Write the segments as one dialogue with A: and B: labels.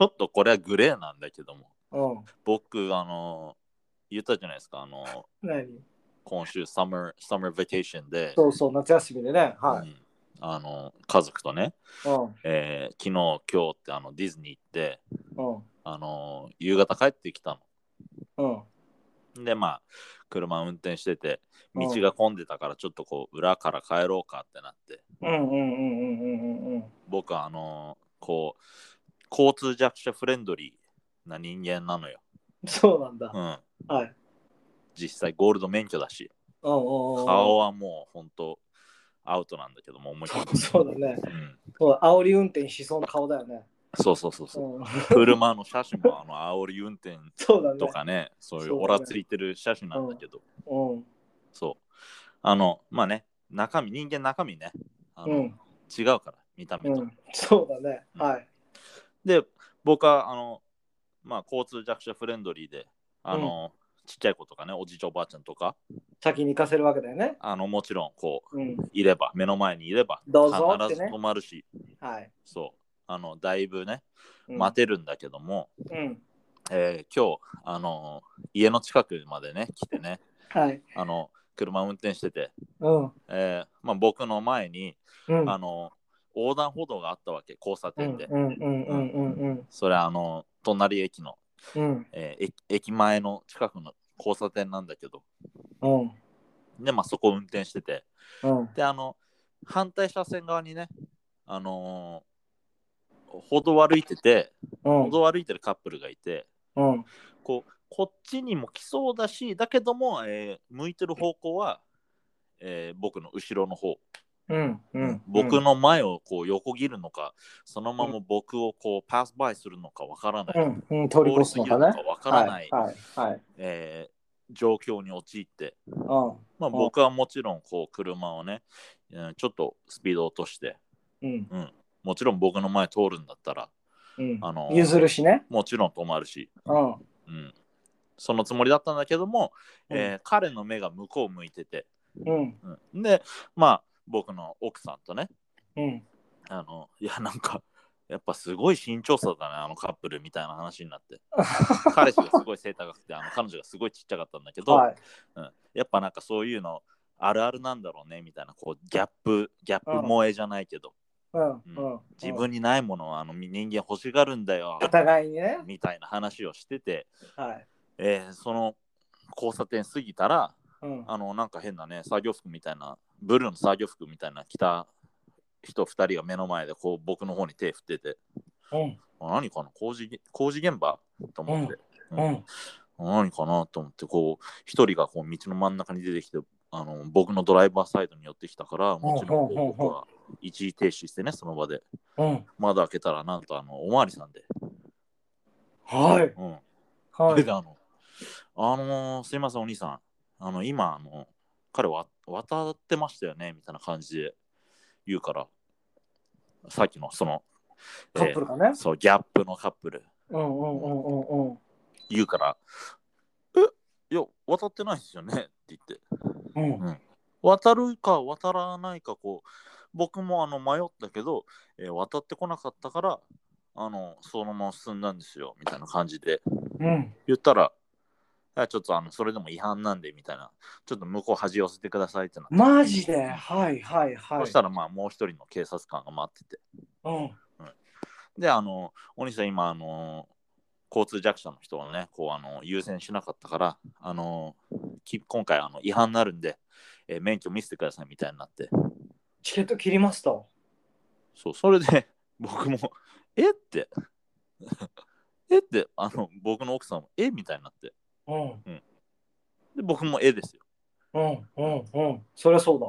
A: ょっとこれはグレーなんだけども、
B: うん。
A: 僕、あの、言ったじゃないですか、あの、
B: 何
A: 今週、サマー、サマーバケーションで、
B: そうそう、夏休みでね。は
A: うんあの、家族とね、
B: い。うん。
A: えー昨日、今日ってあのディズニー行って、
B: うん。
A: あの、夕方帰ってきた
B: うん。
A: の。で、まあ、車運転してて、
B: う
A: 道
B: ん
A: が混んでたから、ちょっとこう、裏から帰ろうかってなって、
B: うんうんうんうんうんうんうん。
A: 僕はあの、こう、交通弱者フレンドリーな人間なのよ。
B: そうなんだ。
A: うん。
B: はい。
A: 実際ゴールド免許だし、
B: うんうんうん。
A: 顔はもう本当アウトなんだけども、思いっきり。
B: そうだね。
A: うん
B: そう、煽り運転しそうな顔だよね。
A: そうそうそうそう。
B: うん。
A: 車の車種もあの煽り運転
B: そうだね。
A: とかね、そういう
B: そうだね
A: オラついてる車種なんだけど、
B: うん。
A: そう。あの、まあね、中身、人間中身ね、あの
B: うん。
A: 違うから、見た目
B: う
A: と。
B: ん。そうだね。
A: うん
B: はい。
A: で、僕は、あの、まあ、交通弱者フレンドリーで、あの、ちっちゃい子とかね、おじいちゃんおばあちゃんとか、
B: 先に行かせるわけだよね。
A: あの、もちろん、こ
B: うん。
A: う、いれば、目の前にいれば、
B: どうぞってね
A: 必ず止まるし、
B: はい。
A: そう、あの、だいぶね、
B: うん
A: 待てるんだけども、
B: うん。
A: えー今日、あの家の近くまでね、来て ね、
B: はい。
A: あの、車運転してて、
B: うん。
A: えーまあ、僕の前に、
B: うん。
A: あの横断歩道があったわけ交差
B: うん
A: 点で、
B: うんうんうんうんうん
A: それあの隣駅の、
B: うん
A: えー駅駅前の近くの交差点なんだけど
B: うん
A: で、まあ、そこを運転してて
B: うん
A: であの反対車線側にねあのー歩道を歩いてて歩道を歩いてるカップルがいて
B: うん
A: こうこっちにも来そうだしだけども、えー向いてる方向は、えー僕の後ろの方
B: うんうん
A: 僕の前をこう横切るのか、そのまま僕をこうパスバイするのかわからない、
B: うんうん通り越すのかね
A: 通り過ぎるのわからない、
B: はいはいはい
A: えー状況に陥って、まあ、
B: うん
A: 僕はもちろんこう車をね、うんちょっとスピード落として、
B: うん
A: もちろん僕の前通るんだったら、
B: うん
A: あの
B: 譲るしね
A: もちろん止まるし、
B: う
A: う
B: ん
A: ん、そのつもりだったんだけども、
B: うん
A: えー彼の目が向こう向いてて、
B: うん
A: うん、で、まあ、僕の奥さんとね、
B: うん
A: あの、いや、なんか、やっぱすごい身長差だね、あのカップルみたいな話になって。彼氏がすごい背高くて、あの彼女がすごいちっちゃかったんだけど、
B: はい
A: うん、やっぱなんかそういうのあるあるなんだろうねみたいな、こう、ギャップ、ギャップ萌えじゃないけど、
B: うんうん
A: 自分にないものをあの人間欲しがるんだよ、
B: お互いにね
A: みたいな話をしてて、
B: はい
A: えーその交差点過ぎたら、
B: うん
A: あの、なんか変なね、作業服みたいな、ブルーの作業服みたいな着た人2人が目の前で、こう、僕の方に手振ってて、
B: うん
A: あ何かな工事げ工事現場と思って、
B: う
A: うん
B: ん
A: 何かなと思ってこう一人がこう道の真ん中に出てきてあの僕のドライバーサイドに寄ってきたからもちろん
B: ほうほう
A: 僕
B: ほうほう
A: は一時停止してねその場で
B: うん
A: 窓開けたらなんとあのおまわりさんで、
B: はい
A: うん
B: は
A: で
B: い
A: あのあのーすいませんお兄さんあの今あの彼わ渡ってましたよねみたいな感じで言うからさっきのその、えー
B: カップルかね
A: そうギャップのカップル
B: うんうんうんうんうん
A: 言うから「えいや渡ってないですよね」って言って
B: うん
A: 渡るか渡らないかこう僕もあの迷ったけど、えー渡ってこなかったからあのそのまま進んだんですよみたいな感じで
B: うん
A: 言ったらあちょっとあのそれでも違反なんでみたいなちょっと向こう端寄せてくださいってなって、
B: マジではいはいはい
A: そしたらまあもう一人の警察官が待ってて
B: うん
A: であのお兄さん今あの交通弱者の人をねこうあの優先しなかったからあのき今回あの違反になるんで、えー免許見せてくださいみたいになって
B: チケット切りますと
A: そうそれで 僕もえって えってあの僕の奥さんもえみたいになって
B: うん
A: で僕もえですよ
B: うんうんうんそりゃそうだ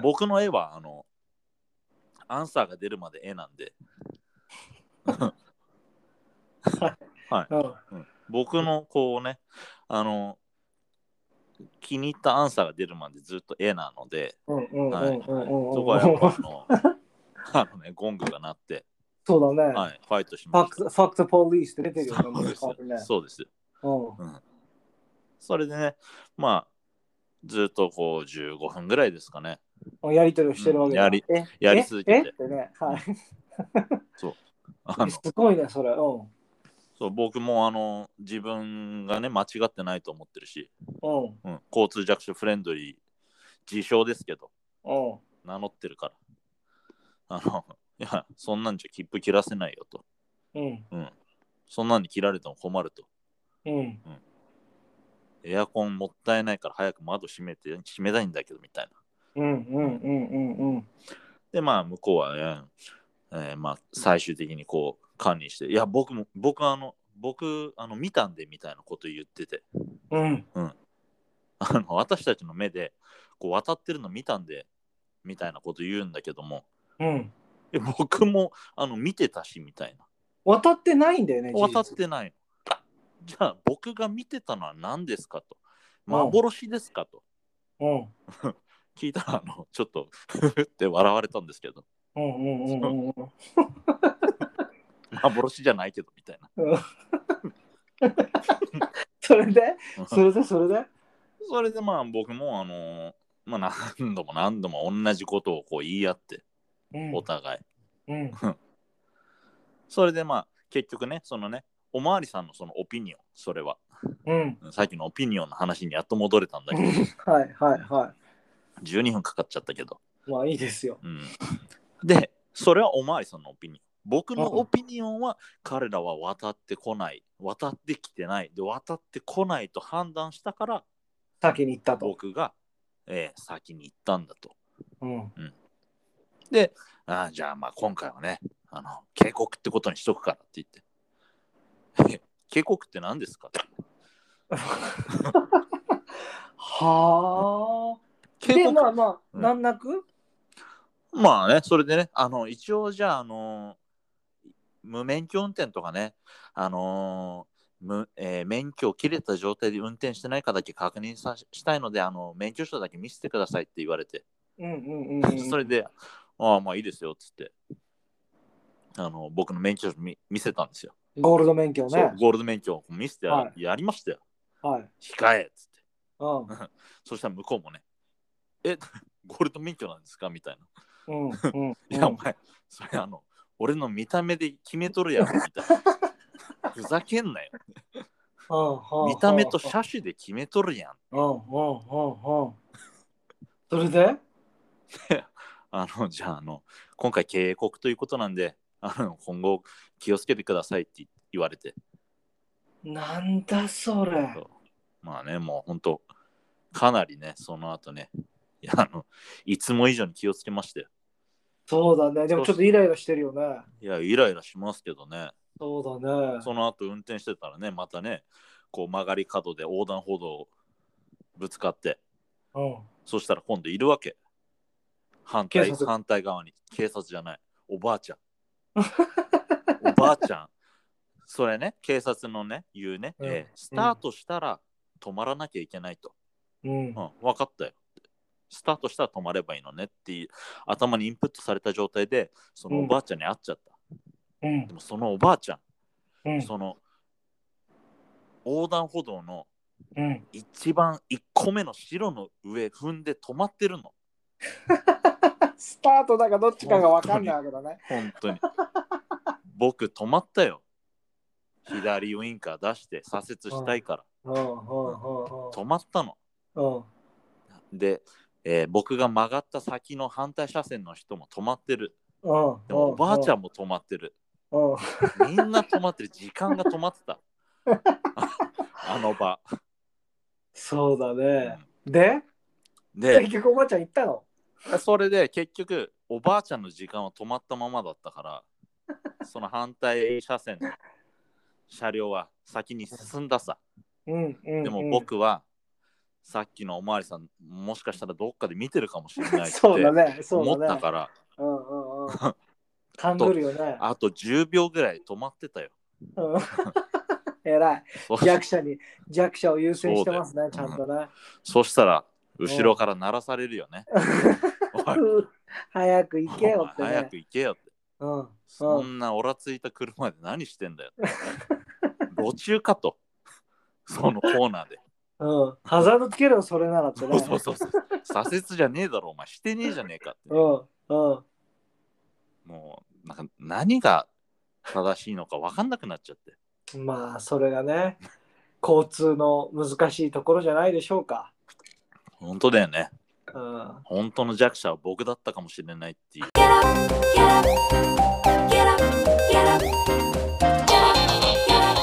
A: 僕の絵はあのアンサーが出るまで絵なんで
B: うん
A: 僕のこうねあの気に入ったアンサーが出るまでずっと絵なので、
B: うんうんうんうんうんうん
A: そこはやっぱあのあのねゴングが鳴って、
B: そうだね。
A: はい、ファイトし
B: ファ
A: ま
B: ク
A: した
B: ト、ファクトポリスって出てるよね、
A: そうです
B: カードね。
A: そうです
B: う
A: それでねまあずっとこう15分ぐらいですかね
B: ん。やりとりをしてるわけだ
A: うんやり
B: え
A: やり続けて
B: ええってね。はい。
A: あの
B: すごいね、それ。うん。うん。
A: そう僕もあの自分がね間違ってないと思ってるし、うん、交通弱者フレンドリー自称ですけど
B: うん。
A: 名乗ってるからあのいやそんなんじゃ切符切らせないよと
B: うん。
A: そんなんに切られても困ると
B: うん。
A: エアコンもったいないから早く窓閉めて閉めたいんだけどみたいな
B: うん。うん。うん。うん。うん。
A: でまあ向こうは、えーえーまあ、最終的にこう管理していや僕も僕はあの僕あの見たんでみたいなこと言ってて
B: うん。
A: あの私たちの目でこう渡ってるの見たんでみたいなこと言うんだけども
B: うん。
A: え僕もあの見てたしみたいな
B: 渡ってないんだよね、
A: 渡っ
B: 事実
A: てないのじゃあ僕が見てたのは何ですかと幻ですかと
B: うん。
A: 聞いたらあのちょっとふふって笑われたんですけど
B: うん。うん。うん。うん。うん。
A: 幻じゃないけどみたいな
B: それで
A: うん
B: それでそれで
A: それでまあ僕もあのまあ何度も何度も同じことをこう言い合って
B: うん
A: お互い
B: うん。
A: それでまあ結局ねそのねおまわりさんのそのオピニオンそれは
B: うん。
A: さっきのオピニオンの話にやっと戻れたんだけど
B: はいはいは
A: 12分かかっちゃったけど、
B: い。まあいいですよ。
A: うん、でそれはおまわりさんのオピニオン僕のオピニオンは彼らは渡ってこない渡ってきてないで渡ってこないと判断したから
B: 先に行ったと。
A: 僕が、えー先に行ったんだと
B: うん。
A: あーじゃあまあ今回はねあの警告ってことにしとくからって 言って警告って何ですかって
B: はあ。
A: 警
B: で、
A: 告
B: まあまあ、
A: うん
B: 難なく
A: まあね、それでね、あの、一応じゃあ、あの無免許運転とかね、あの無えー免許を切れた状態で運転してないかだけ確認さしたいので、あの、免許証だけ見せてくださいって言われて、
B: うんうんうんうん。
A: それで、ああ、まあいいですよ、っつって、あの、僕の免許証見見せたんですよ。
B: ゴールド免許
A: そ
B: ね
A: う。ゴールド免許を見せてや,、
B: は
A: りましたよ。
B: はい。
A: 控えっつって。
B: う
A: そしたら向こうもね、え、ゴールド免許なんですかみたいな。
B: ん。うん。うん。
A: いや、お前、それあの、俺の見た目で決めとるやろ、みたいな。ふざけんなよ。見
B: 見
A: た目と車種で決めとるやん。
B: うんうんうんうん。それで
A: あの、じゃあ、あの、今回警告ということなんで、あの、今後気をつけてくださいって言われて。
B: なんだそれ
A: そ。うまあね、もう本当かなりね、その後ね、いや、あの、いつも以上に気をつけましたよ。
B: そうだね。でもちょっとイライラしてるよね。
A: いや、イライラしますけどね。
B: そうだね。
A: その後運転してたらね、またね、こう曲がり角で横断歩道ぶつかって、
B: うん。
A: そしたら今度いるわけ。反対
B: 警察
A: 反対側に警察じゃない。おばあ ちゃん。おばあちゃん。それね、警察のね、言うね、
B: うん
A: えースタートしたら止まらなきゃいけないと。
B: うん
A: う。ん、分かったよ。スタートしたら止まればいいのねっていう頭にインプットされた状態で、そのおばあちゃんに会っちゃった。
B: うん
A: で。もそのおばあちゃん、
B: うん。
A: その横断歩道の
B: うん。
A: 一番1個目の白の上踏んで止まってるの。
B: スタートだかどっちかがわかんないわけだね。
A: 本当に僕止まったよ左ウインカー出して左折したいから、
B: うんうんうん
A: 止まったの
B: うん。
A: で、えー僕が曲がった先の反対車線の人も止まってる
B: うん。
A: でもおばあちゃ
B: ん。
A: んも止まってる
B: うん。
A: みんな止まってる時間が止まって たあの場、
B: そうだ
A: う
B: ね。
A: ん
B: で、結
A: で
B: 局おばあちゃん行ったの。
A: それで結局おばあちゃんの時間は止まったままだった からその反対車線の車両は先に進んださ
B: うんうん。
A: で
B: う
A: も
B: ん。
A: 僕は、さっきのおまわりさん、もしかしたらどっかで見てるかもしれないって
B: そうだね。そ
A: 思
B: う
A: っ
B: だ
A: た
B: ね。
A: から、
B: うんうんうん。勘ぐるよね。
A: あと10秒ぐらい止まってたよ。
B: うん 偉い。
A: そ
B: 弱者に弱者を優先してますね、ち
A: そ
B: ゃ
A: うだよ
B: んとね。
A: そしたら、後ろから鳴らされるよね。 おい
B: 早く行けよって
A: お前早
B: ね
A: く。行けよって。
B: うんうん
A: そんなおらついた車で何してんだよ。路中か と。そのコーナーで。
B: うん。ハザードつけろよ、それならって
A: そ
B: ね。
A: うそうそうそう。左折じゃねえだろ、お前。してねえじゃねえかって。
B: うんうん
A: もう、なんか何が正しいのか分かんなくなっちゃって。
B: まあ、それがね、交通の難しいところじゃないでしょうか。
A: 本当だよね。
B: うん。
A: 本当の弱者は僕だったかもしれないっていう。
C: Get up, get up, get up, get up. Get up, get up.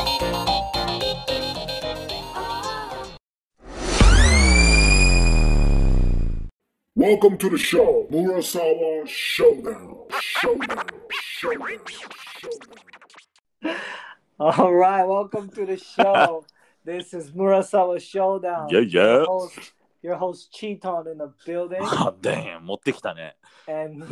C: Oh.
D: Welcome to the show, Murasawa Showdown. Showdown. Showdown. Showdown.
B: All right, welcome to the show. this is Murasawa Showdown.
A: Yeah, yeah.
B: Your host, your host Chiton in the building,
A: あ、でん、持ってきたね。
B: and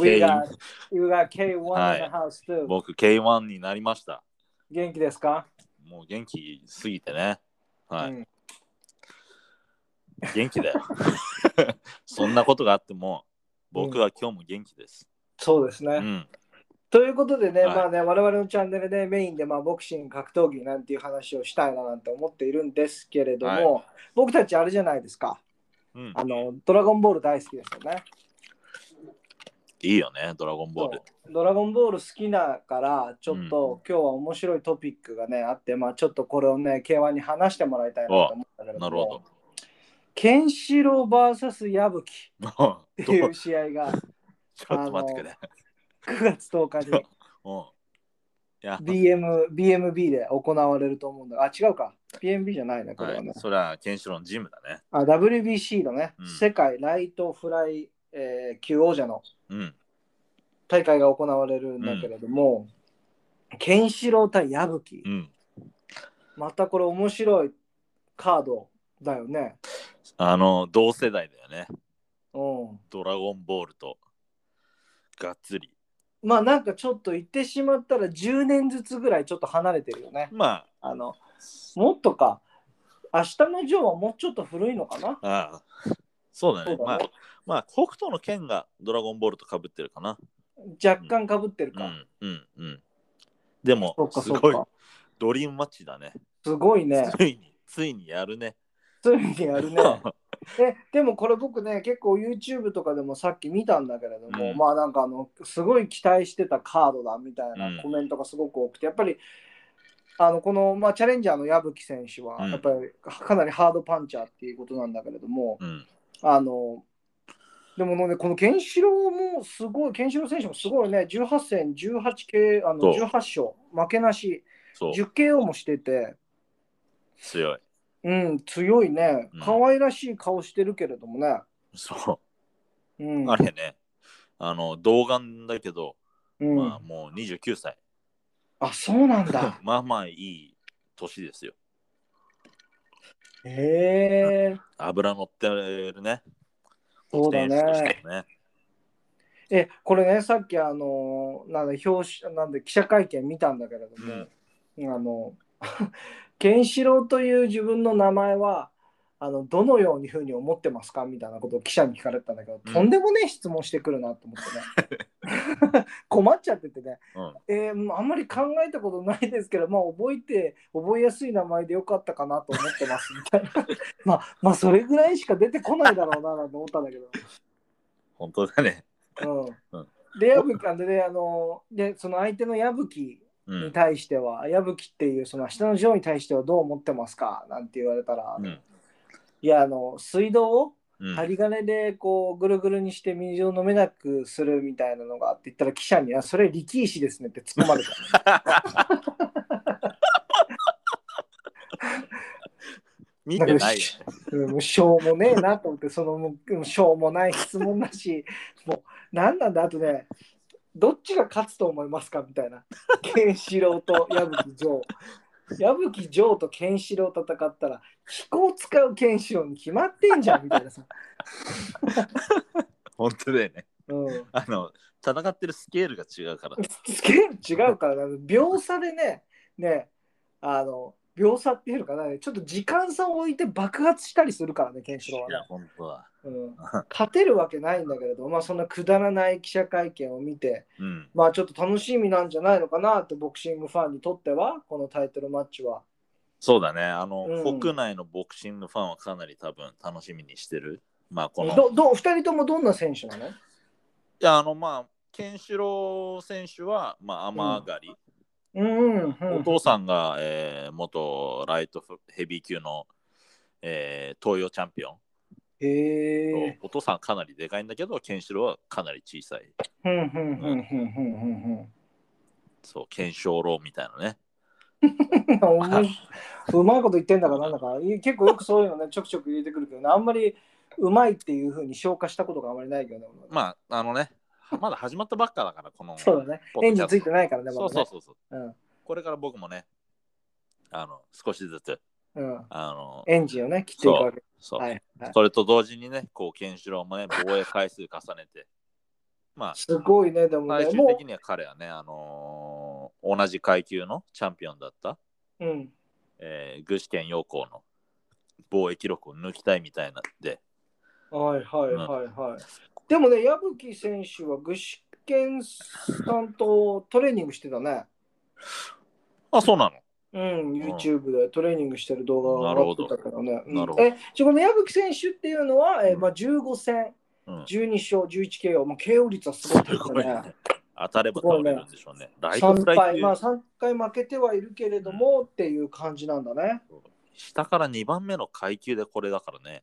B: we
A: K.
B: got you got K One in
A: Hi.
B: the house too.
A: 僕、K1 になりました。
B: 元気ですか？
A: もう元気すぎてね。はい。
B: うん
A: 元気だよ。 そんなことがあっても、僕は今日も元気です。
B: そうですね。
A: うん。
B: ということでね、
A: はい
B: まあね我々のチャンネルでメインでまあボクシング格闘技なんていう話をしたいななんて思っているんですけれども、
A: は
B: 僕たちあれじゃないですか。
A: うん
B: あのドラゴンボール大好きですよね。
A: いいよね、ドラゴンボール。
B: そうドラゴンボール好きだから、ちょっと今日は面白いトピックがね、あって、まあちょっとこれをね、K1 に話してもらいたいなと思ったんだけ
A: な
B: ども、
A: る ほ
B: ケンシロウ VS 矢吹っ
A: ど。どう
B: ていう試合が
A: ちょっと待ってくれ。
B: 9月10日に
A: うん。いや、
B: BM BMB で行われると思うんだ。あ、違うか。BMB じゃないね、これ
A: は
B: はね
A: い。。それはケンシロウのジムだね。
B: あ WBC のね、
A: うん
B: 世界ライトフライ、えー級王者の
A: うん。
B: 大会が行われるんだけれども、ケンシロウ対矢吹。
A: うん。
B: またこれ面白いカードだよね。
A: あの、同世代だよね。
B: うん。
A: ドラゴンボールと。がっつり。
B: まあなんかちょっと言ってしまったら10年ずつぐらいちょっと離れてるよね。
A: ま
B: あの、もっとか。明日のジョーはもうちょっと古いのかな
A: あ、ああそうだね。
B: そ
A: ま
B: うだ
A: あ
B: ね、
A: まあ、北斗の剣がドラゴンボールとかぶってるかな。
B: 若干かぶってる
A: う
B: か。
A: ん、うん、うん。でも
B: そう、か
A: す
B: そう
A: ごい
B: か。
A: ドリームマッチだね。
B: すごいね。
A: ついに、ついにやるね。
B: そういう意味でやる ね。えでもこれ僕ね結構 YouTube とかでもさっき見たんだけれども、
A: うん
B: まあなんかあのすごい期待してたカードだみたい
A: うん
B: なコメントがすごく多くて、やっぱりあのこの、まあ、チャレンジャーの矢吹選手は
A: うん
B: やっぱりかなりハードパンチャーっていうことなんだけれども、
A: うん。
B: あのでもねこのケンシロウもすごいケンシロウ選手もすごいね18戦18系あの
A: そう
B: 18勝負けなし
A: そう、
B: 10KO もしてて。
A: 強い。
B: うん、強いね
A: うん。
B: 可愛らしい顔してるけれどもね。
A: そうう。
B: ん、
A: あれね。あの、童顔だけど、
B: うん
A: まあ、もう29歳。
B: あそうなんだ
A: 。まあまあいい年ですよ。
B: へえ
A: 油乗ってるね。
B: そうだ
A: 選手とし
B: ね。
A: てもね。
B: え、これね、さっきあのー、なんだ、表紙、なんで記者会見見たんだけれども、あの、 ケンシロウという自分の名前は、あのどのようにふうに思ってますかみたいなことを記者に聞かれたんだけど、
A: うん
B: とんでもねえ質問してくるなと思って ね困っちゃっててね、
A: うん
B: えーもうあんまり考えたことないですけど、まあ、覚えて覚えやすい名前でよかったかなと思ってますみたいな まあまあそれぐらいしか出てこないだろうななんて思ったんだけど
A: 本当だね。
B: う
A: うん
B: んで、矢吹あので、あの、で、その相手の矢吹
A: う
B: に
A: ん。
B: 対しては、矢吹っていう、その下の上に対してはどう思ってますかなんて言われたら、
A: うん
B: いや、あの、水道を
A: うん
B: 針金でこう、ぐるぐるにして水を飲めなくするみたいなのがあって言ったら、記者に、あ、それ力石ですねって突っ込まれた。
A: 見てないよね。
B: うんもうしょうもねえなと思って、そのもうしょうもない質問だし、もうなんなんだ、あとね、どっちが勝つと思いますかみたいな。ケンシロウと矢吹城。矢吹城とケンシロウ戦ったら、飛行使うケンシロウに決まってんじゃんみたいなさ。
A: 本当だよね。
B: うん、
A: あの、戦ってるスケールが違うから。
B: スケール違うからな、秒差でね、ね、あの、秒差っていうのかな、ちょっと時間差を置いて爆発したりするからね、ケンシロウはね
A: い。や、本当は。
B: うん勝てるわけないんだけれど、まあ、そんなくだらない記者会見を見て、
A: うん。
B: まあ、ちょっと楽しみなんじゃないのかなってボクシングファンにとってはこのタイトルマッチは。
A: そうだね。あの、
B: うん
A: 国内のボクシングファンはかなり多分楽しみにしてる。まあ、この。
B: どどう2人ともどんな選手なの
A: いや、あの、まあ、ケンシロウ選手は、まあ、雨上がり、
B: うん、うん。
A: お父さんが、えー元ライトフヘビー級の、えー東洋チャンピオン、
B: へえ。
A: お父さんはかなりでかいんだけどケンシロウはかなり小さい
B: うん、うん、うん、うん、うん、
A: そうケンショウロウみたいなね
B: うん。おもしうまいこと言ってんだからなんだかい結構よくそういうのねちょくちょく入れてくるけどねあんまりうまいっていうふうに消化したことがあまりないけどね、俺は
A: まああのねまだ始まったばっかだからこの
B: そうだね
A: ポッ
B: 縁
A: ドキャスト
B: についてないからねまだ
A: そ
B: ね
A: うそうそうそう
B: うん
A: これから僕もねあの少しずつ
B: うん、
A: あの
B: エンジンをね切っていくわけ
A: そう、
B: はいはい、
A: それと同時にねこうケンシロウもね防衛回数重ねてまあ
B: すごいねでもね
A: 最終
B: も
A: 的には彼はね、あのー同じ階級のチャンピオンだった、
B: う、うん、
A: えー、具志堅陽光の貿易録を抜きたいみたいなんで、
B: はいはいはいはい、でもね矢吹選手は具志堅さんとトレーニングしてたね
A: あ、そうなの
B: うん、YouTube でトレーニングしてる動画が上がってたからね。うん
A: なるほど
B: え、ちょこの矢吹選手っていうのは、えまあ、15戦、
A: うん
B: 12勝、11KO、もう KO 率はすごいです
A: すごい
B: ね。
A: ね。当たれば倒れるんでしょうね。ライトフ
B: 3
A: ライ
B: 敗、
A: 級、
B: まあ、3回負けてはいるけれども、っていう感じなんだね。
A: 下から2番目の階級でこれだからね。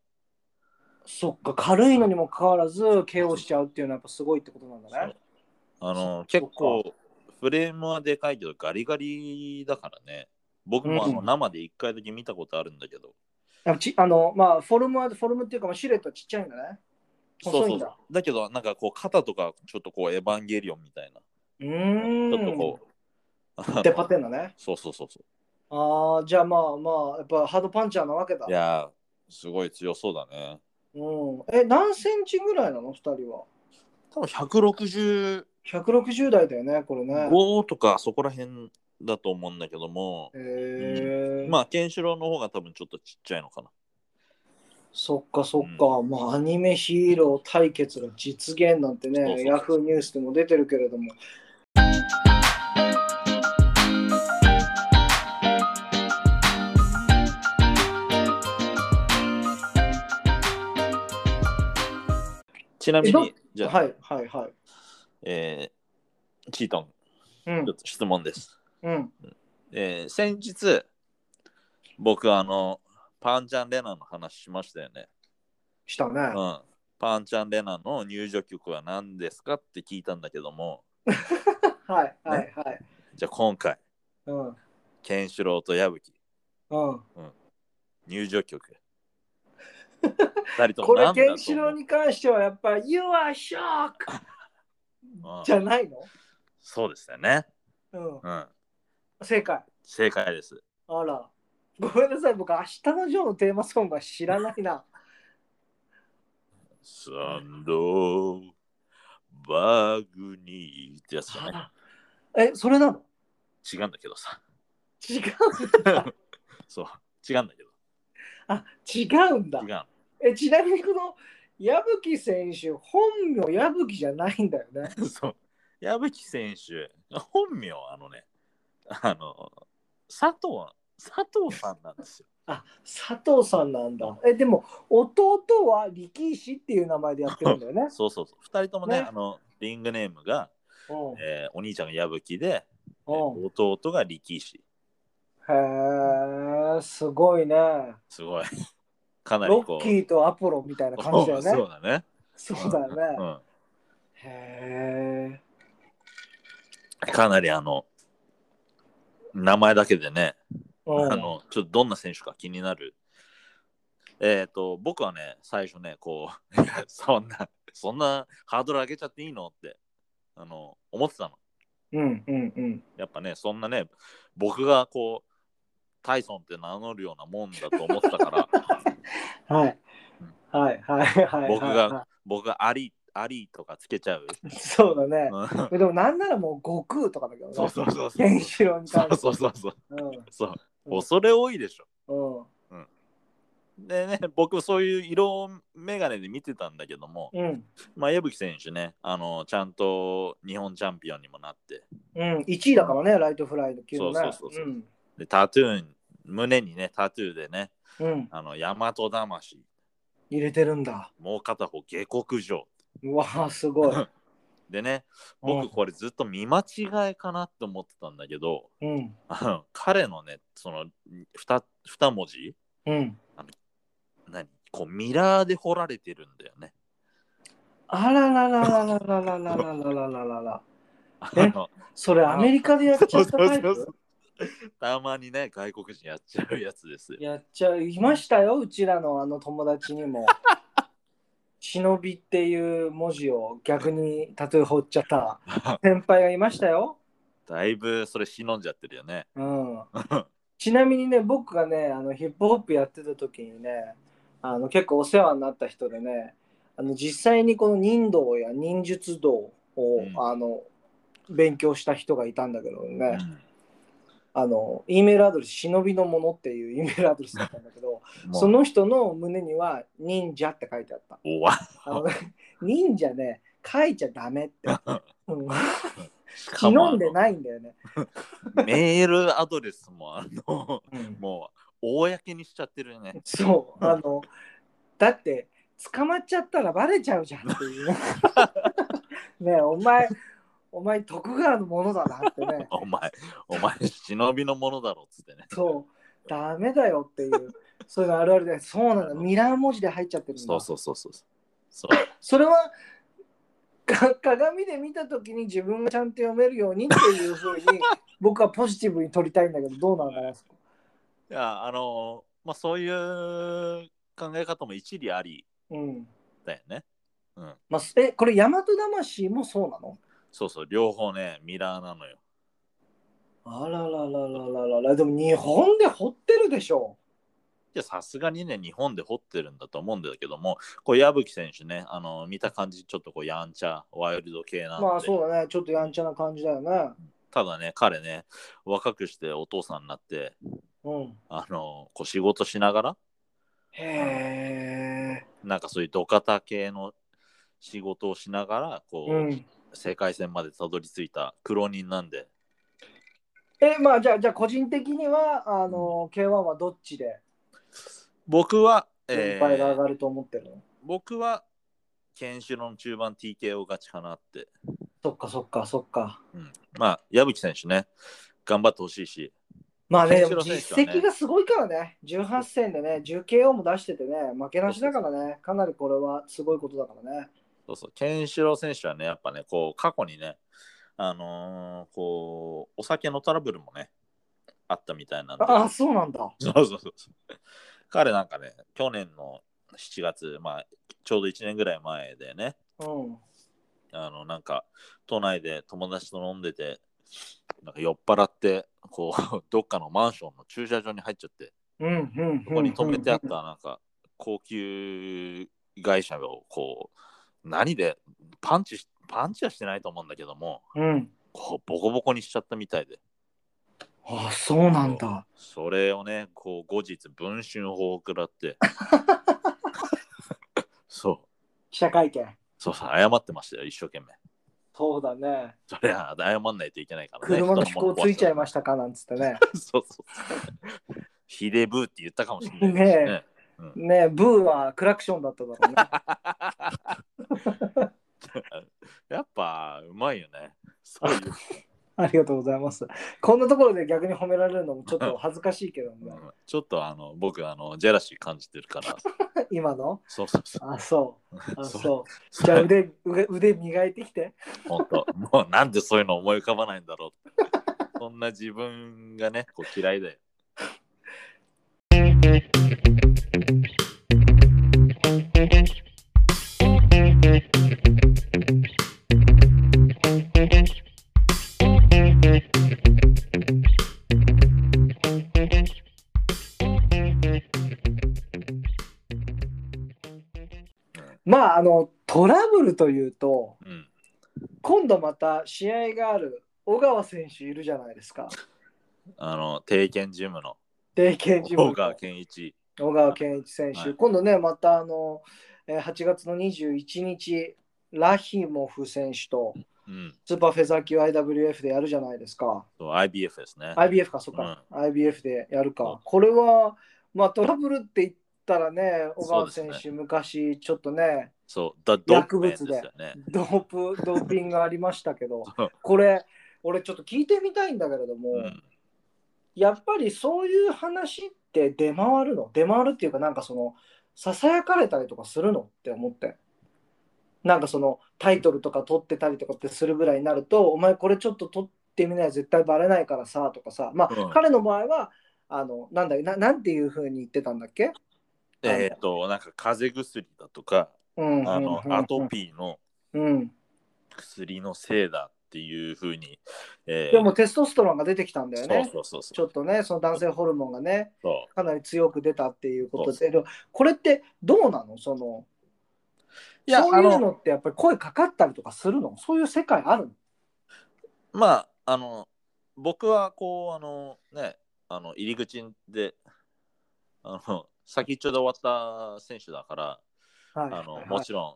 B: そっか、軽いのにもかかわらず KO しちゃうっていうのはやっぱすごいってことなんだね。
A: あのー
B: そっ
A: 結構、フレームはでかいけど、ガリガリだからね。僕もあの
B: うん
A: 生で1回だけ見たことあるんだけど、
B: やっぱちあの、まあ、フォルムは、フォルムっていうか、まあ、シルエットはちっちゃいんだね。細いんだ。
A: う。だけど、なんかこう、肩とかちょっとこう、エヴァンゲリオンみたいな。
B: うーん。
A: ちょっとこう、あの
B: 出っ張ってんだね。
A: そうそうそうそ
B: ああ、じゃあまあまあ、やっぱハードパンチャーなわけだ
A: う。い。やー、すごい強そうだね。
B: うん、え何センチぐらいなの2人は
A: 多分165
B: 160代だよねこれね
A: とかそこら辺だと思うんだけども、
B: へえ
A: まあ、ケンシロウの方が多分ちょっとちっちゃいのかな。
B: そっかそっか、まあアニメヒーロー対決が実現なんてね
A: そうそう
B: ヤフーニュースでも出てるけれども
A: ちなみに
B: えど、
A: じゃあ、
B: はいはいはい
A: えーチートン、
B: うん
A: ちょっと質問です。
B: うん
A: えー先日、僕、あの、パンちゃんレナの話しましたよね。
B: したね、
A: うん。パンちゃんレナの入場曲は何ですかって聞いたんだけども、
B: はいはいはい、
A: じゃあ今回、
B: うん
A: ケンシロウと矢吹、
B: うん、
A: 入場曲。 二人とも
B: これ
A: 何だと
B: ケ
A: 思
B: ン
A: う
B: シロウに関してはやっぱ「You are shock
A: うん」
B: じゃないの、
A: そうですよね。
B: うん、
A: うん。
B: 正解
A: 正解です。
B: あらごめんなさい僕「明日のジョー」のテーマソングは知らないな
A: サンドバグニーってやつじゃない。
B: えそれなの
A: 違うんだけどさ。
B: 違う
A: そう。違うんだけど。
B: あ違うんだ
A: 違うの。
B: えちなみにこの矢吹選手本名矢吹じゃないんだよね
A: そう。矢吹選手、本名はあのね、あの、佐藤、佐藤さんなんですよ。
B: あ佐藤さんなんだえでも弟は力石っていう名前でやってるんだよ ね
A: そうそうそう。二人ともね、
B: ね
A: あの、リングネームが、
B: うん
A: えーお兄ちゃんが矢吹で、
B: うん
A: 弟が力石。
B: へえすごいね
A: すごい。 かなり
B: ロ
A: こ
B: ッ
A: う。
B: キーとアポロみたいな感じだよ
A: そうそ
B: ね
A: うだね。
B: そうだよ
A: う
B: ね
A: ん。
B: へえ
A: かなりあの、名前だけでね、
B: うん
A: あの、ちょっとどんな選手か気になる。えっ、と、僕はね、最初ね、こう、 そんな、そんなハードル上げちゃっていいのって、あの、思ってたの。
B: うんうんうん
A: やっぱね、そんなね、僕がこう、タイソンって名乗るようなもんだと思ってた から、
B: はいはいはいはいはいはい
A: 僕が僕がアリ、アリとかつけちゃう。
B: そうだね
A: うん
B: でもなんならもう悟空とかだけどね
A: そうそうそうそ
B: ケ
A: う
B: ン。シロウに
A: そ
B: 関
A: う
B: して
A: そうそうそう。
B: うん
A: そう
B: うん
A: 恐れ多いでしょ。
B: うん
A: でね、僕そういう色眼鏡で見てたんだけども、
B: うん
A: まあ、矢吹選手ね、あの、ちゃんと日本チャンピオンにもなって、
B: うん、1位だからね、ライトフライの級のね。
A: そうそうそうそ
B: ん
A: で、タトゥーン、胸にね、タトゥーでね、
B: うん、
A: あの、大和魂、
B: 入れてるんだ。
A: もう片方下克上。
B: うわあ、すごい。
A: でね、僕これずっと見間違いかなって思ってたんだけど、
B: うん。
A: あの彼のね、その 2, 二文字、
B: うん。
A: 何こうミラーで彫られてるんだよね。
B: あらららららららららららららら。
A: あ
B: え
A: の
B: それアメリカでやっちゃったタイ
A: そうそう
B: プ
A: たまにね、外国人やっちゃうやつですよ。
B: やっちゃいましたよ、うちらのあの友達 にも。忍びっていう文字を逆にタトゥー彫っち ゃった先輩がいましたよ。
A: だいぶそれ忍んじゃってるよね。
B: うん、ちなみにね僕がねあのヒップホップやってた時にねあの結構お世話になった人でねあの実際にこの忍道や忍術道を、
A: ん
B: あの勉強した人がいたんだけどね、
A: うん
B: あの E メールアドレス「忍びのもの」っていう E メールアドレスだったんだけど
A: もう
B: その人の胸には「忍者」って書いてあった。
A: おわ
B: あの 忍者ね書いちゃダメって。うん、
A: し かも
B: 忍んでないんだよね。
A: あのメールアドレスもあの
B: うん
A: もう公にしちゃってるよね。
B: そう、あの、だって、捕まっちゃったらバレちゃうじゃんっていう。 ねえお前、お前、徳川のものだなってね。
A: お前、お前、忍びのものだろっつってね。
B: そう、ダメだよっていう。そういうのあるあるで、そうなんだ、ミラー文字で入っちゃってるんだ。
A: そうそうそうそう。そう
B: それは、か鏡で見たときに自分がちゃんと読めるようにっていうふうに、僕はポジティブに取りたいんだけど、どうなんだろう。
A: いや、あの、まあ、そういう考え方も一理あり
B: うん。
A: だよね。
B: まあ、え、これ、大和魂もそうなの
A: そうそう、両方ね、ミラーなのよ。
B: あらららららららでも日本で掘ってるでしょ。
A: じゃさすがにね、日本で掘ってるんだと思うんだけども、こう矢吹選手ね、あの見た感じ、ちょっとこうやんちゃ、ワイルド系なんで、
B: まあそうだね、ちょっとやんちゃな感じだよね。
A: ただね、彼ね、若くしてお父さんになって、
B: うん。
A: あのこう仕事しながら、
B: へえ。
A: なんかそういう土方系の仕事をしながら、こう、
B: うん。
A: 世界戦までたどり着いた苦労人なんで、
B: え、まあじゃあ、じゃあ個人的には、あの、K1 はどっちで
A: 僕は、え
B: 先輩が上
A: ー、
B: がると思ってるの、
A: 僕は、ケンシロウの中盤 TKO 勝ちかなって、
B: そっかそっかそっか。
A: うん、まあ、矢吹選手ね、頑張ってほしいし、
B: まあね、で
A: ケン
B: も
A: シロウ
B: 実
A: 選手はね
B: 績がすごいからね、18戦でね、10KO も出しててね、負けなしだからね、かなりこれはすごいことだからね。
A: そうそう、ケンシロウ選手はね、やっぱね、こう、過去にね、あのーこう、お酒のトラブルもね、あったみたい なんで、
B: ああ、そうなんだ。
A: そうそうそうそう。彼なんかね、去年の7月、まあ、ちょうど1年ぐらい前でね、
B: うん。
A: あの、なんか、都内で友達と飲んでて、なんか酔っ払って、こう、 どっかのマンションの駐車場に入っちゃって、
B: うんうんうん。
A: そこに止めてあっ
B: うん。
A: た、なんか、高級会社を、こう、何で、パンチし、パンチはしてないと思うんだけども、
B: うん。
A: こう、ボコボコにしちゃったみたいで、
B: ああ、そうなんだ。
A: それをね、こう、後日、文春砲を食ら って、そう、
B: 記者会見。
A: そうそう、謝ってましたよ、一生懸命。
B: そうだね。
A: それは謝んないといけないからね。
B: 車の飛行ついちゃいま
A: し
B: したかなんつって ね。
A: た。そうそう。ひでぶーって言ったかもしれない
B: ねえ
A: ね
B: ねえ、ブーはクラクションだっただろ うね。
A: やっぱ、うまいよね。そういう。
B: ありがとうございます。こんなところで逆に褒められるのもちょっと恥ずかしいけど
A: う
B: ね
A: んちょっとあの僕あのジェラシー感じてるから。
B: 今の
A: そうそうそ
B: あ、そう。あ、
A: う。
B: そう。じゃあ腕腕腕磨いてきて。
A: 本当もうなんでそういうの思い浮かばないんだろうって。そんな自分がね、こう嫌いだよ。
B: まあ、あの、トラブルというと、
A: うん。
B: 今度また試合がある小川選手いるじゃないですか。
A: あの、定見ジムの
B: 定型ジムの
A: 大川健一。
B: 小川健一選手、
A: はい
B: 今度ね、またあの、えー8月の21日、ラヒモフ選手と
A: うん。
B: スーパーフェザー級 IWF でやるじゃないですか。
A: そう IBF ですね。
B: IBF か、そっか、IBF でやる
A: うん
B: か。これは、まあトラブルって言っったらね、小川選
A: そうで
B: 手、昔ちょっとね、
A: そう、だドー
B: 薬
A: プ
B: 物
A: 面
B: で
A: ですよね。
B: ドープ、ドーピングありましたけど
A: そう、
B: これ、俺ちょっと聞いてみたいんだけれども、
A: うん、
B: やっぱりそういう話って出回るの出回るっていうかなんかそのささやかれたりとかするのって思ってなんかそのタイトルとか取ってたりとかってするぐらいになるとお前これちょっと取ってみない絶対バレないからさとかさまあ、
A: うん
B: 彼の場合はあのなんだっけななんていうふうに言ってたんだっけ
A: えっ、と、なんか風邪薬だとか、
B: うんうん
A: あの
B: う、ん
A: アトピーの
B: うん
A: 薬のせいだっていうふうに、えー
B: でもテストステロンが出てきたんだよね
A: そうそうそう
B: ち
A: そう
B: ょっとねその男性ホルモンがね
A: そう。
B: かなり強く出たっていうこと
A: そ
B: ででもこれってどうなのその
A: いや、
B: そう
A: あ
B: いう
A: の、
B: のってやっぱり声かかったりとかするのそういう世界ある
A: まあ、あの、僕はこう、あの、ね、あの、入り口で、あの、先っちょで終わった選手だから、
B: の,、はい
A: あの、
B: はい
A: もちろん、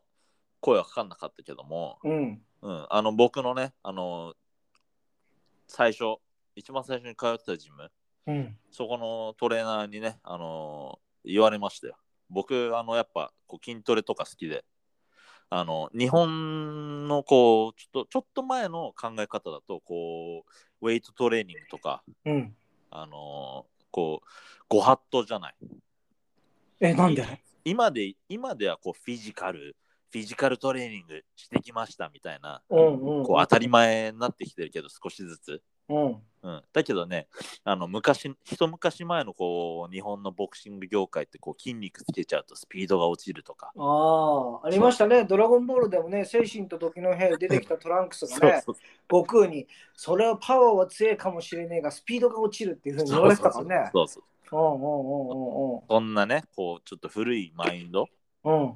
A: 声はかかんなかったけども、
B: うん
A: うん、あの、僕のね、あの、最初、一番最初に通ってたジム、
B: うん
A: そこのトレーナーにね、あのー言われましたよ。僕、あの、やっぱこう筋トレとか好きで、あの、日本のこう、ちょっと、ちょっと前の考え方だと、こう、ウェイトトレーニングとか、
B: うん
A: あのーこう、ご法度じゃない。
B: えなんで
A: 今で、今ではこう、フィジカル、フィジカルトレーニングしてきましたみたいな、
B: うんうん
A: こう、当たり前になってきてるけど、少しずつ。
B: うん
A: うん、だけどねあの昔一昔前のこう日本のボクシング業界ってこう筋肉つけちゃうとスピードが落ちるとか、
B: ああありましたね「ドラゴンボール」でもね「精神と時の兵」出てきたトランクスが
A: そう
B: ね
A: そう
B: 悟空に「それはパワーは強いかもしれねえがスピードが落ちる」っていうふうに言われてたからね
A: そうそう
B: うんうんうんうん
A: そんなねこうちょっと古いマインド
B: うんうん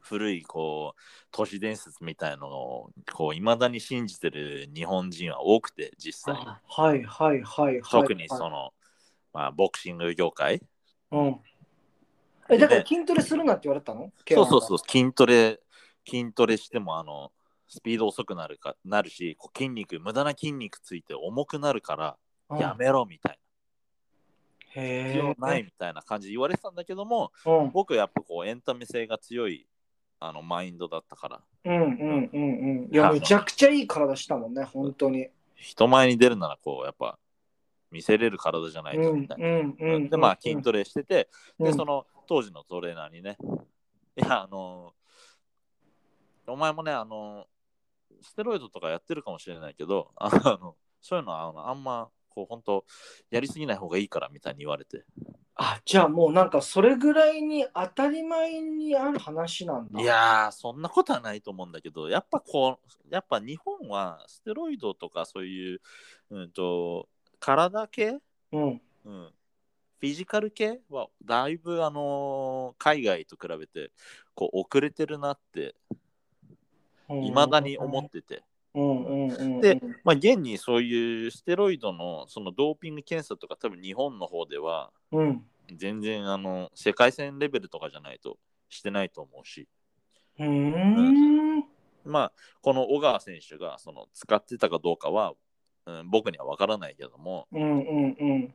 A: 古いこう都市伝説みたいのをこう未だに信じてる日本人は多くて実際
B: あはいはいはいはい
A: 特にそ
B: の、
A: の、まあ、ボクシング業界
B: うん、えだから
A: ね
B: 筋トレするなって言われたの
A: そうそうそうう筋トレ筋トレしてもあのスピード遅くなるかなるしこう筋肉無駄な筋肉ついて重くなるから
B: うん
A: やめろみたいな、
B: へ
A: 必要
B: え
A: ないみたいな感じで言われてたんだけども、
B: うん
A: 僕はやっぱこうエンタメ性が強いあのマインドだったから、
B: うんうんうんうん。いや、
A: あの
B: めちゃくちゃいい体したもんね、本当に。
A: 人前に出るならこうやっぱ見せれる体じゃないうと
B: ん
A: みたいな。
B: うんうん。
A: でまあ筋トレしてて、
B: うん
A: でその当時のトレーナーにね、いやあのお前もねあのステロイドとかやってるかもしれないけど、あのそういうのはあのあんまこう本当やりすぎない方がいいからみたいに言われて、
B: あ、じゃあもうなんかそれぐらいに当たり前にある話なんだ。
A: いやーそんなことはないと思うんだけどやっぱこうやっぱ日本はステロイドとかそういう、うん、と体系、
B: うん。
A: うん、フィジカル系はだいぶあのー海外と比べてこう遅れてるなって
B: うん。
A: いまだに思ってて、
B: うんうんうんうん。
A: で、まあ、現にそういうステロイドのそのドーピング検査とか多分日本の方では
B: うん。
A: 全然あの世界戦レベルとかじゃないとしてないと思うし
B: うーん。
A: まあこの小川選手がその使ってたかどうかは、うん、僕には分からないけども、
B: うんうんうん。
A: うん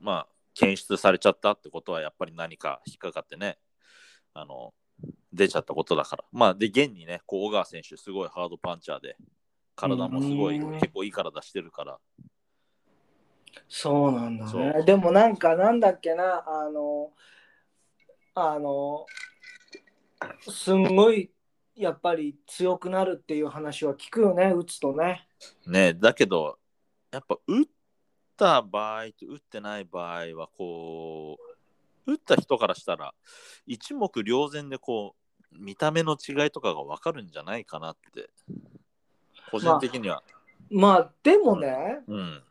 A: まあ検出されちゃったってことはやっぱり何か引っかかってねあの出ちゃったことだからまあで現にねこう小川選手すごいハードパンチャーで体もすごい
B: うん
A: 結構いい体してるから
B: そうなんだ
A: そ
B: ね。でもなんかなんだっけな、あの、あの、すんごいやっぱり強くなるっていう話は聞くよね、打つとね。
A: ねだけどやっぱ打った場合と打ってない場合はこう打った人からしたら一目瞭然でこう見た目の違いとかが分かるんじゃないかなって個人的には、
B: まあでもね、
A: うん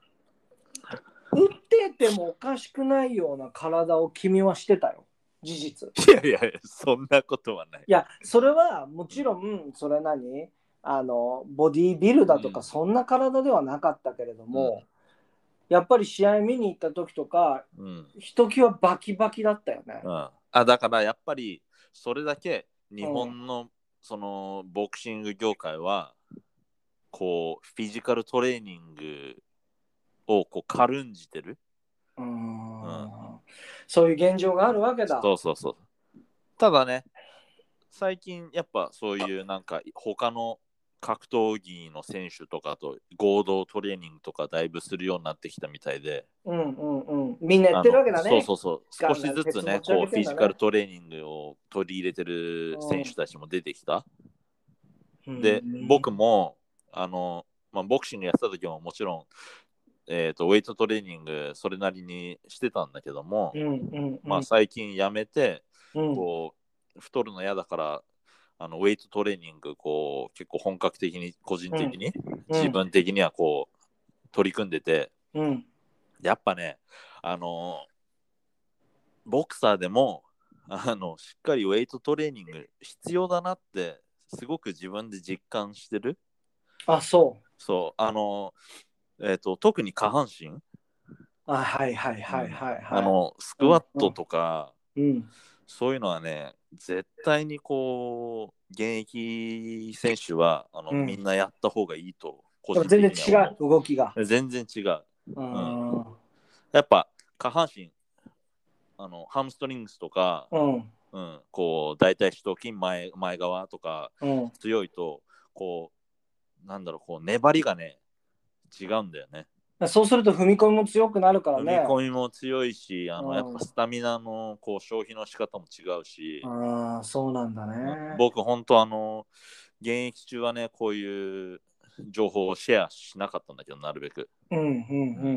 B: 打っててもおかしくないような体を君はしてたよ事実 い
A: いやいやいやそんなことはない
B: やそれはもちろんそれ何あのボディービルだと
A: う
B: か
A: ん
B: そんな体ではなかったけれども、やっぱり試合見に行った時とか
A: うん
B: ひときわバキバキだったよね、
A: うん、あだからやっぱりそれだけ日本のそのボクシング業界はこうフィジカルトレーニングをこう軽んじてる
B: うーん
A: うん
B: そういう現状があるわけだ。
A: そうそうそう。ただね、最近やっぱそういうなんか他の格闘技の選手とかと合同トレーニングとかだいぶするようになってきたみたいで、
B: うんうんうん。みんなやってるわけだね。
A: あのそうそうそ
B: ガン
A: う、
B: ガン
A: 少しずつね、
B: 鉄
A: こ
B: 持ち上げ
A: う
B: て
A: フ
B: んだね
A: ィジカルトレーニングを取り入れてる選手たちも出てきた。
B: うん
A: で、僕も、あの、まあ、ボクシングやってた時ももちろん、えっ、と、ウェイトトレーニング、それなりにしてたんだけども、
B: うんうんうん
A: まあ、最近やめて、
B: うん
A: こう、太るの嫌だから、あのウェイトトレーニング、こう、結構本格的に、個人的に、自分的にはこう、取り組んでて、
B: うん
A: やっぱね、あのボクサーでもあのしっかりウェイトトレーニング必要だなってすごく自分で実感してる。
B: あ、そう。
A: そう、あのえっ、と、特に下半身、
B: あ、はいはいはいはいはい。
A: あの、スクワットとか、
B: うん、
A: そういうのはね、絶対にこう、現役選手はあの、
B: うん
A: みんなやった方がいいと、個
B: でも
A: 的
B: 全
A: に
B: 然
A: は
B: 違う、動きが。
A: 思う。全然違う。
B: うん。
A: やっぱ下半身、あのハムストリングスとか、
B: うん。
A: うん、こう大体主頭筋前前側とか
B: うん。
A: 強いとこうなんだろうこう粘りがね違うんだよね。
B: そうすると踏み込みも強くなるから
A: 踏み
B: ね。
A: 込みも強いしあ
B: う
A: の
B: ん
A: やっぱスタミナのこう消費の仕方も違うし、
B: ああ、そうなんだね。
A: 僕本当あの現役中はねこういう情報をシェアしなかったんだけどなるべく
B: うんうんう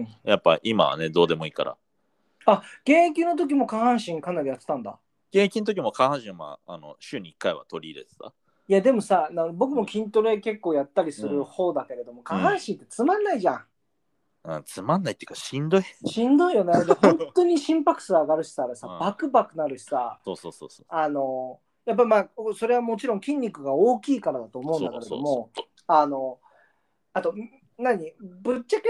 B: ん。
A: やっぱ今はねどうでもいいから
B: あ、現役の時も下半身かなりやってたんだ。
A: 現役の時も下半身はあの週に1回は取り入れてた
B: いやでもさ、な僕も筋トレ結構やったりする方だけれども、下半身ってつまんないじゃん。
A: うん、つまんないっていうかしんどい
B: しん どいよね。で本当に心拍数上がるしさ、あれさ
A: うん、
B: バクバクなるしさ、
A: そうそうそうそう
B: あの、やっぱまあ、それはもちろん筋肉が大きいからだと思うんだけれども、あの、あと、ん何ぶっちゃけ、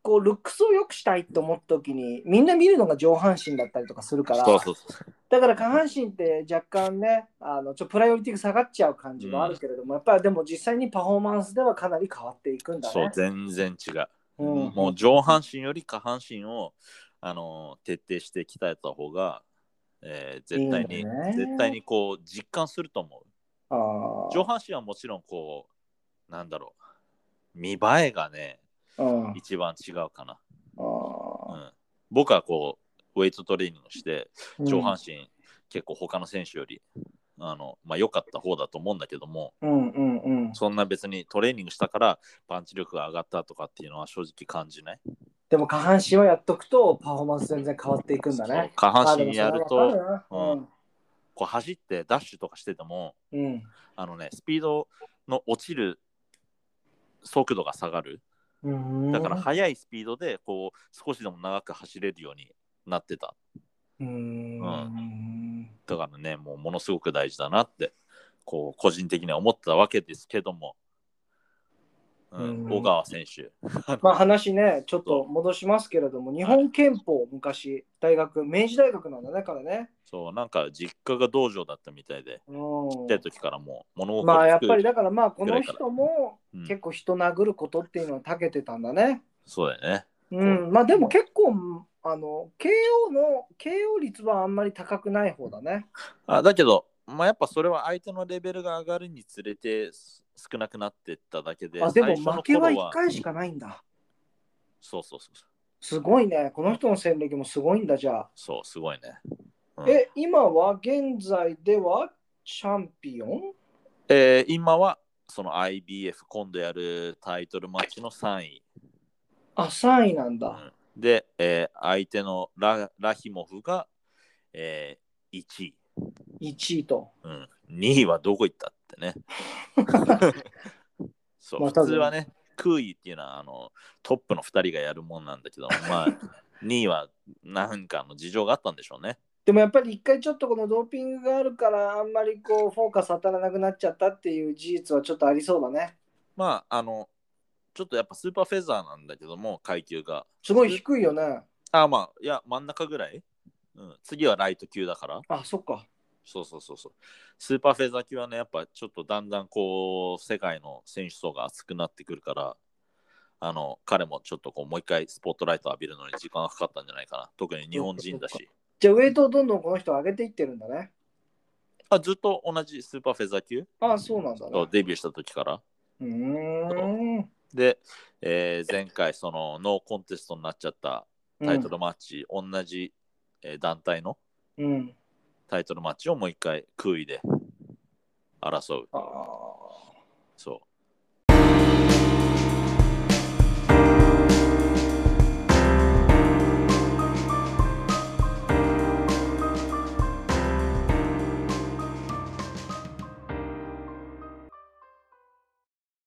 B: こう、ルックスを良くしたいって思った時に、みんな見るのが上半身だったりとかするから、
A: そうそうそう
B: だから下半身って若干ね、あのちょっとプライオリティが下がっちゃう感じがあるけれども、やっぱりでも実際にパフォーマンスではかなり変わっていくんだね。
A: そう全然違う、
B: うん
A: もう上半身より下半身をあの徹底して鍛えた方が、えー絶対に
B: いいよね
A: 絶対にこう実感すると思う
B: あ
A: 上
B: ー
A: 半身はもちろんこうなんだろう見栄えがね
B: うんあ
A: 一番違うかな、う
B: ー
A: ん、僕はこうウェイトトレーニングして
B: うん
A: 上半身、結構他の選手よりあのまあ良かった方だと思うんだけども
B: うんうんうん。
A: そんな別にトレーニングしたからパンチ力が上がったとかっていうのは正直感じない
B: でも下半身はやっとくとパフォーマンス全然変わっていくんだ
A: そう
B: ね。
A: 下
B: あ
A: 半
B: ーで
A: 身
B: も
A: やる
B: それはわか
A: と
B: な
A: こう走ってダッシュとかしてても
B: うん。うん。
A: あのねスピードの落ちる速度が下がる
B: うん
A: だから速いスピードでこう少しでも長く走れるようになってた
B: うーん。
A: だからねもうものすごく大事だなってこう個人的には思ったわけですけども、うん
B: うん
A: 小川選手
B: まあ話ね、ちょっと戻しますけれども、日本憲法、昔、大学、明治大学なんだね、からね。
A: そうなんか実家が道場だったみたいで
B: うん
A: ちっちゃい時からもう物心
B: まあやっ
A: つく
B: ぱりだからまあこ
A: ぐ
B: の
A: らいか
B: 人も
A: うん
B: 結構人殴ることっていうのは長けてたんだね。
A: そうだよね
B: うん、まあでも結構あの KO の KO 率はあんまり高くない方だね。
A: あだけど、まあ、やっぱそれは相手のレベルが上がるにつれてす少なくなっていっただけで、
B: あで
A: 最
B: も
A: 初の
B: 負けは
A: 頃
B: 1回しかないんだ。
A: そうそうそうそう、
B: すごいね。この人の戦歴もすごいんだじゃあ。
A: そうすごいね。うん
B: え、今は現在ではチャンピオン
A: えー今はその IBF 今度やるタイトルマッチの3位、
B: あ、3位なん
A: う
B: だ。
A: んで、えー相手のララヒモフが、えー1位、
B: 1位と。
A: うん、2位はどこ行ったってね。 そう
B: まあ
A: 普通はね、空位っていうのはあのトップの2人がやるもんなんだけど、まあ、2位 はなんかの事情があったんでしょうね。
B: でもやっぱり一回ちょっとこのドーピングがあるからあんまりこうフォーカス当たらなくなっちゃったっていう事実はちょっとありそうだね。
A: まあ、あの、ちょっとやっぱスーパーフェザーなんだけども、階級が。
B: すごい低いよね。
A: あ、まあ、いや、真ん中ぐらい、うん、次はライト級だから。
B: あ、そっか。
A: そうそうそうそう。スーパーフェザー級はね、やっぱちょっとだんだんこう、世界の選手層が厚くなってくるから、あの、彼もちょっとこう、もう一回スポットライト浴びるのに時間がかかったんじゃないかな。特に日本人だし。
B: じゃあ、ウェイトをどんどんこの人上げていってるんだね。
A: あ、ずっと同じスーパーフェザー級
B: ああ、そうなんだ
A: そう
B: ね。
A: デビューした時から。
B: うーん。
A: で、えー前回、そのノーコンテストになっちゃったタイトルマッチ、同じ、えー団体の
B: うん。うん。
A: タイトルマッチをもう一回、空位で争う。
B: ああ。
A: そ